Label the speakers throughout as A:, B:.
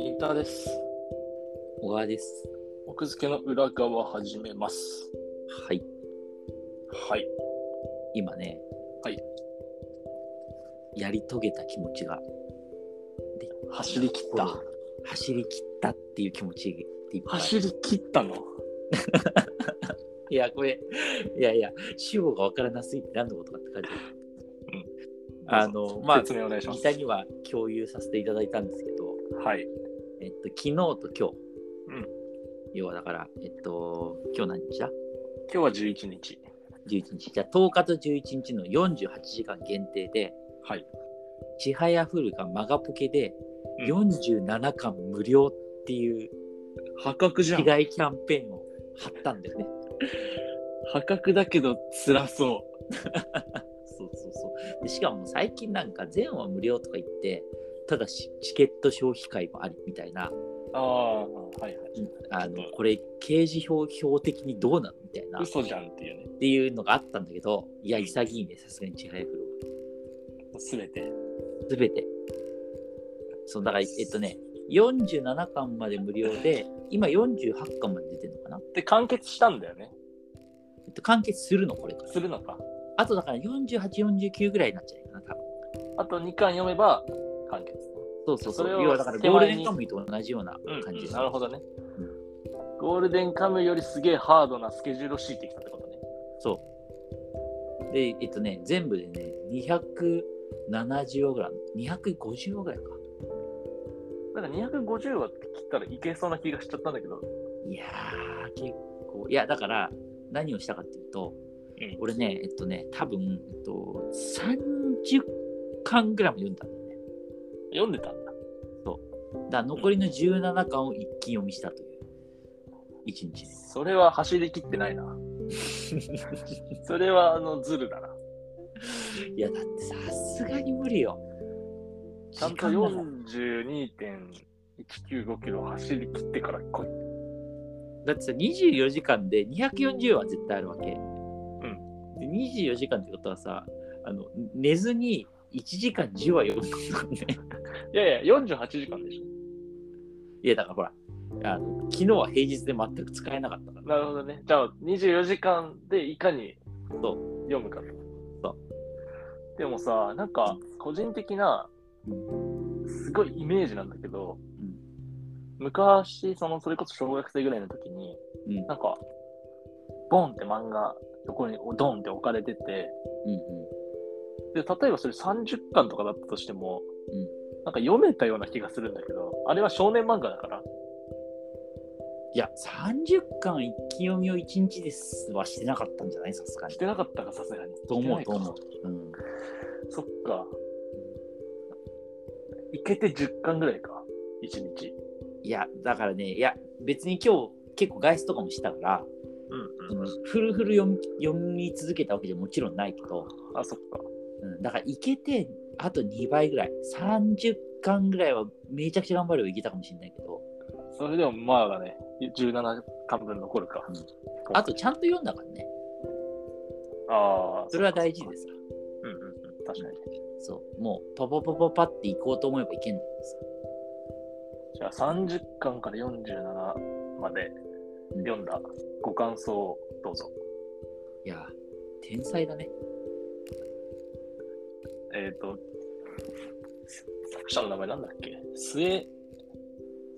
A: インターです。
B: 小川です。
A: 奥付けの裏側始めます。
B: はい。
A: はい。
B: 今ね。
A: はい。
B: やり遂げた気持ちが、
A: 走り切った。
B: 走り切ったっていう気持ちでいっぱい
A: 走り切ったの
B: いや、これ、いやいや、主語がわからなすぎて何のことかって感じ。あの、まあ、
A: 説明お願いしま
B: 実
A: す。
B: 際には共有させていただいたんですけど、
A: はい。
B: えっと、昨日と今日。
A: うん
B: 要はだから、えっと、今日何日だ
A: 今日は11日。
B: ?11 日。じゃあ10日と11日の48時間限定で、
A: はい。
B: ちはやふるがマガポケで
A: うん
B: 47巻無料っていう
A: 破格じゃ
B: 被
A: ん。
B: 害キャンペーンを貼ったんだよね。
A: 破格だけど辛そ
B: そうそうそうでしかも最近なんか全話無料とか言ってただしチケット消費会もありみたいな
A: う。ああ、はいはい。
B: あ
A: ちょ
B: の
A: っと
B: これ掲示表標的にどうなのみたいなっ
A: 嘘じゃんっていうね。
B: ていうのがあったんだけどいや潔いねさすがにちはやふるは。
A: すべて。
B: すべて。そう、だから、えっとね、47巻まで無料で、今48巻まで出てるのかな、
A: で、完結したんだよね。
B: えっと、完結するの、これから。
A: するのか。
B: あとだから48、49ぐらいになっちゃうかな、多分。
A: あと2巻読めば完結。
B: そうそう
A: そ
B: そう。
A: れを
B: 要はだから、
A: 手
B: ゴール
A: 前
B: デ
A: に
B: ンカムイと同じような感じです、
A: なるほどね。ゴールデンカムイよりすげえハードなスケジュールを敷いてきたってことね。
B: そう。で、えっとね、全部でね、270話ぐらい、250話ぐらいか。
A: なんか250は切ったらいけそうな気がしちゃったんだけど。
B: いやー、結構。いや、だから、何をしたかっていうと、
A: うん
B: 俺ね、えっとね、多分、えっと、30巻ぐらいも読んだんだよね。
A: 読んでたんだ。
B: だから残りの17巻を一気読みしたという一日です。
A: それは走り切ってない な。それはあのズルだな。
B: いやだってさすがに無理よ。
A: ちゃんと
B: 時間がない
A: 42.195キロを走り切ってから来い。。
B: だってさ24時間で240は絶対あるわけ。うんで24時間ってことはさあの寝ずに1時間10は読むのね。
A: いやいや、48時間でし
B: いやだからほらあの昨日は平日で全く使えなかったか
A: ょ。なるほどね。じゃあ24時間でいかに
B: そ
A: 読むかと。
B: そ
A: でもさ、なんか個人的なすごいイメージなんだけど、
B: うん
A: 昔、そのそれこそ小学生ぐらいの時に、
B: うん
A: なんか、ボンって漫画、横にドンって置かれてて、
B: ら。うんうん。
A: で、例えばそれ30巻とかだったとしても、
B: うん
A: なんか読めたような気がするんだけど、あれは少年漫画だから、
B: いや30巻一気読みを1日ですはしてなかったんじゃないさすがに
A: し。てなかったか、さすがに。
B: と思
A: し
B: う
A: て
B: と
A: ない
B: 思
A: か
B: う。うん
A: そっか。いけて10巻ぐらいか、1日。
B: いや、だからね、いや、別に今日結構外出とかもしたから、
A: う
B: そのフルフル読み読み続けたわけじゃもちろんないけど、
A: あ、そっか。
B: うん、だからいけて、あと2倍ぐらい、30巻ぐらいはめちゃくちゃ頑張ればいけたかもしれないけど、
A: それでもまあだね、17巻分残るか。
B: うんあとちゃんと読んだからね、
A: ああ、。
B: それは大事ですすわ
A: うんうんうん、確かに。
B: そう、もうパパパパパって行こうと思えばいけんだ
A: じゃあ30巻から47まで
B: けど
A: 読
B: さ、
A: んだご感想をどうぞ。
B: うん、いや、天才だね。
A: えっ、と、作者の名前なんだっけ末、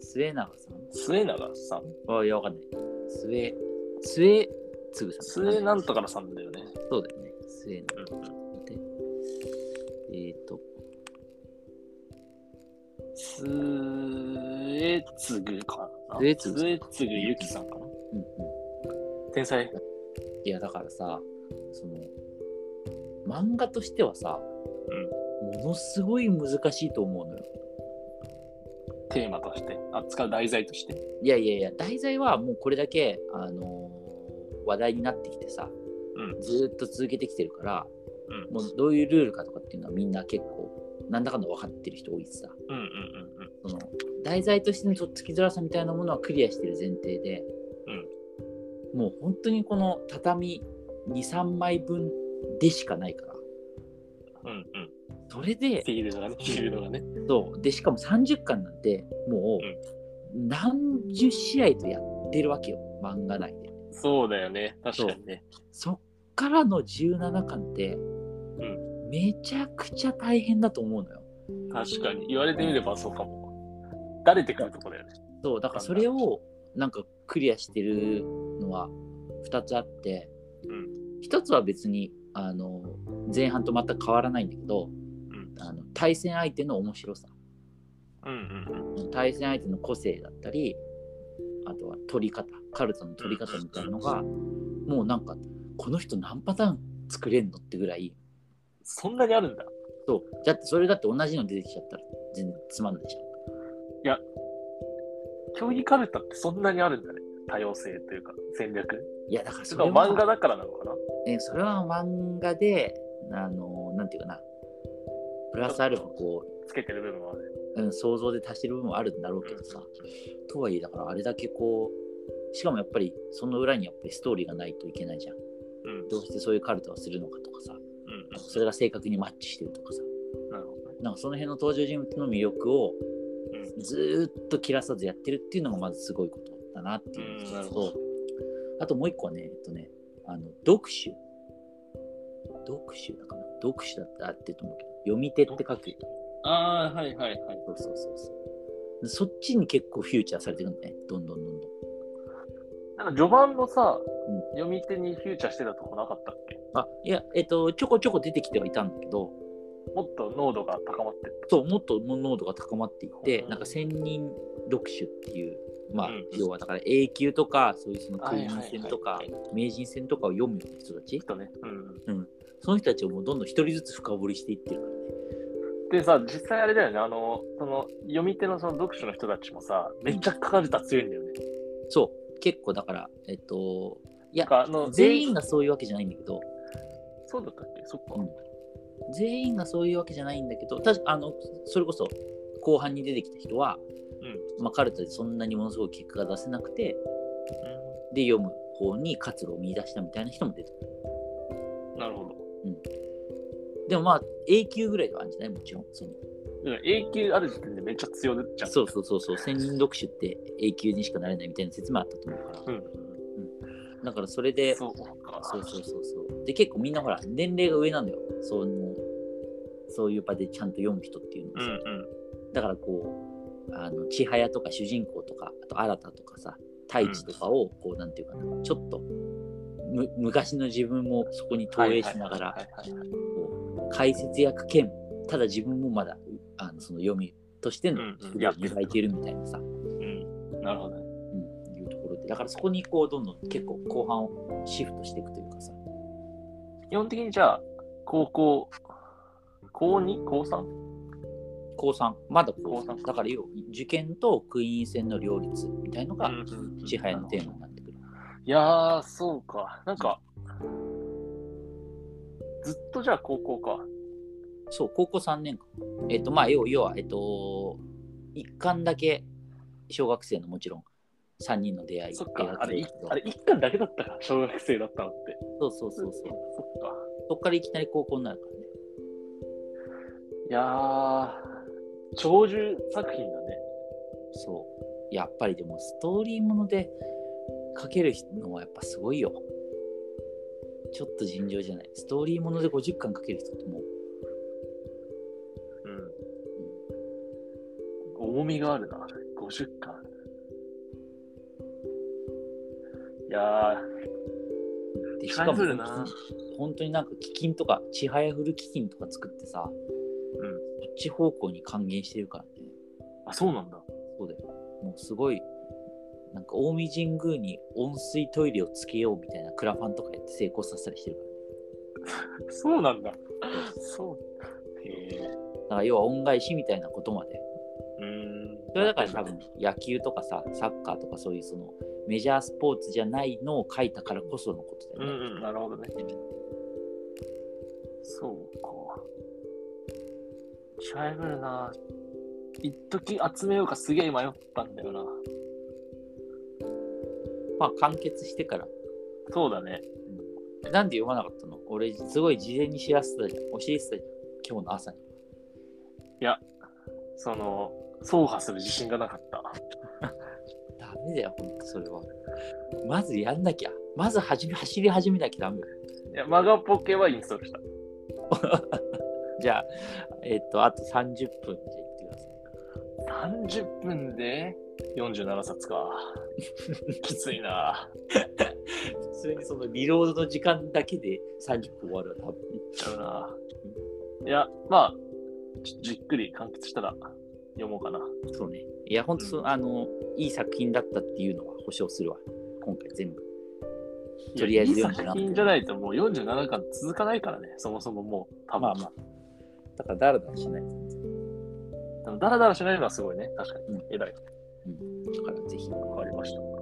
B: 末永さ
A: 末永さん
B: んあ、いや、わかんない。末、末、つぐさん。
A: 末なんとかのさんだよね。
B: そうだよね。末永
A: うんうん、
B: で、えっ、と、
A: 末次かな
B: 末次
A: 末次ゆきさんかな
B: うんう
A: 天才。
B: ん。いや、だからさ、その、漫画としてはさ、ものすごい難しいと思うのよ。
A: テーマとして、扱う題材として。
B: いやいやいや、題材はもうこれだけ、あのー話題になってきてさ、
A: うん
B: ずーっと続けてきてるから、
A: うん
B: もうどういうルールかとかっていうのはみんな結構、なんだかんだ分かってる人多いしさ、
A: うんうんうんうん。
B: その、題材としてのとっつきづらさみたいなものはクリアしてる前提で、もう本当にこの畳2、3枚分でしかないから、
A: うんうん。
B: それで
A: っていうのがね、っていうのがね。
B: そうでしかも30巻なんてもう何十試合とやってるわけよ漫画内で
A: そうだよね。確かにね。
B: そっからの17巻って、めちゃくちゃ大変だと思うのよ
A: 確かに。言われてみればそうかも。慣れてくるとこだよね。
B: そうだからそれをなんかクリアしてるのは2つあって、
A: うん
B: 一1つは別にあの前半と全く変わらないんだけど、
A: ん
B: あの対戦相手の面白さ
A: うんうんうん。
B: 対戦相手の個性だったりあとは取り方カルタの取り方みたいなのがもうなんかこの人何パターン作れんのってぐらい
A: そんなにあるんだ。
B: そうだってそれだって同じの出てきちゃったら全然つまんないじゃん
A: 競技カルタってそんなにあるんだね。多様性というか、戦略。
B: いやだからそ
A: そ
B: れ
A: れ
B: は
A: は漫画だからなのかな
B: えーそれは漫画で、あのーなんていうかな、プラスアルファこ
A: つけてる部分はね。
B: う、うん、想像で足してる部分はあるんだろうけどさ、とはいえ、だからあれだけこう、しかもやっぱりその裏にやっぱりストーリーがないといけないじゃん。
A: うん。
B: どうしてそういうカルタをするのかとかさ、
A: うん
B: それが正確にマッチしてるとかさ、
A: うん。なるほどね。
B: なんかその辺の登場人物の魅力を
A: う
B: ずーっと切らさずやってるっていうのがまずすごいことだなっていう
A: うんな
B: の
A: る
B: と、
A: ほど
B: あともう一個はね、えっとね、あの読書。読書だかな読書だったら合ってると思うけど、読み手って書く。
A: ああ、はいはいはい。
B: そうそうそうそう。そっちに結構フューチャーされてるんだね、どんどんどんどん。
A: なんか序盤のさ、
B: うん
A: 読み手にフューチャーしてたとこなかったっけ
B: あ、いや、えっと、ちょこちょこ出てきてはいたんだけど、
A: もっと濃度が高まってった。
B: そう、もっと濃度が高まっていって、
A: うん
B: なんか千人読書っていう、まあ、
A: うん
B: 要はだから A 級とか、そういうその
A: はい
B: 空
A: はいはい
B: 人
A: はい
B: 戦とか、名人戦とかを読む人たち、
A: きっとね。うん。
B: その人たちをもうどんどん一人ずつ深掘りしていってるからね。
A: でさ、実際あれだよね、あの、その、読み手のその読書の人たちもさ、めっちゃ書かれた強いんだよね。
B: そう、結構だから、えっと、い
A: な
B: や
A: ん、かあの、
B: 全員がそういうわけじゃないんだけど、
A: そうだったっけそっか。
B: うん全員がそういうわけじゃないんだけど、たしあのそれこそ後半に出てきた人は、まあ、カルタでそんなにものすごい結果が出せなくて、で、読む方に活路を見出したみたいな人も出てくる。
A: うんなるほど。
B: でもまあ、A 級ぐらいではあるんじゃないもちろん。その
A: だから永久ある時点でめっちゃ強いじゃん。
B: そうそうそうそう、千人読書って A 級にしかなれないみたいな説もあったと思うから。
A: うん。
B: だからそれで、
A: そうか。
B: そうそうそうそう。で、結構みんなほら、年齢が上なのよ。そのそういう場でちゃんと読む人っていうのは
A: うん
B: さ、
A: うん。
B: だからこう、あの千早とか主人公とか、あと新とかさ、太一とかを、こう、なんていうかな、ちょっとむ昔の自分もそこに投影しながら
A: は、いはいはいはい
B: 解説役兼、ただ自分もまだあのその読みとしての
A: うんうん
B: や磨いてるみたいなさ、
A: うん。なるほどね。
B: うん、いうところで、だからそこにこう、どんどん結構後半をシフトしていくというかさ、
A: 基本的にじゃあ、高校、高 2? 高 3?
B: 高3まだ高
A: 高
B: 3
A: 三
B: だから要は受験とクイーン戦の両立みたいのが千早のテーマになってくる、
A: いやー、そうか。なんか、ずっとじゃあ高校か。
B: そう高校3年間えっ、とまあ要要はえっ、と一巻だけ小学生のもちろん3人の出会い
A: そっ
B: 描
A: か。あ
B: か
A: れ、
B: れ
A: い
B: るけど
A: あれ一巻だけだったか。小学生だったのって。
B: そうそうそうそう
A: そっか。
B: そっからいきなり高校になるからね
A: いやー、長寿作品だね。
B: そうやっぱりでもストーリーもので書けるのはやっぱすごいよちょっと尋常じゃないストーリーもので50巻書ける人ってもう
A: うん。重みがあるな。50巻。いやー、
B: で
A: い
B: し
A: っ
B: か
A: ぱい
B: も
A: 来るな
B: 本当になんか基金とかちはやふる基金とか作ってさ、
A: うん
B: こっち方向に還元してるからね
A: あ、そうなんだ。
B: そうだよもうすごいなんか近江神宮に温水トイレをつけようみたいなクラファンとかやって成功させたりしてるから、ね、
A: そうなんだ。そう。へえ。
B: だから要は恩返しみたいなことまで
A: うーん。
B: それだから多分野球とかさサッカーとかそういうそのメジャースポーツじゃないのを書いたからこそのこと
A: う
B: だ
A: ん
B: よね、
A: うん、なるほどね。そうか。チャイブルな。一時集めようかすげえ迷ったんだよな。
B: まあ完結してから
A: そうだね。
B: なんで読まなかったの俺すごい事前に知らせてたじゃん教えてたじゃん今日の朝に
A: その、走破する自信がなかった。
B: ダメだよ、ほんとそれは。まずやんなきゃ。まずはじめ走り始めなきゃダメよ。
A: いや、マガポケはインストールした。
B: じゃあ、えっ、と、あと30分で言ってください。
A: 30分で47冊 か。きついな。
B: 普通にそのリロードの時間だけで30分終わるわ、多分。
A: ちゃうな。いや、まあ、ちょじっくり完結したら読もうかな。
B: そうね。いや、本当そ、
A: う
B: あの、いい作品だったっていうのは保証するわ。今回全部。とりあえず
A: いやい
B: 47
A: い作品じゃないともう47巻続かないからね、そもそももう、多分。
B: まあまあ。だから、だらだらしない。だ
A: でもダラダラしないのはすごいね、確かに。
B: う
A: 偉い。
B: から、ぜひ。
A: わかりました。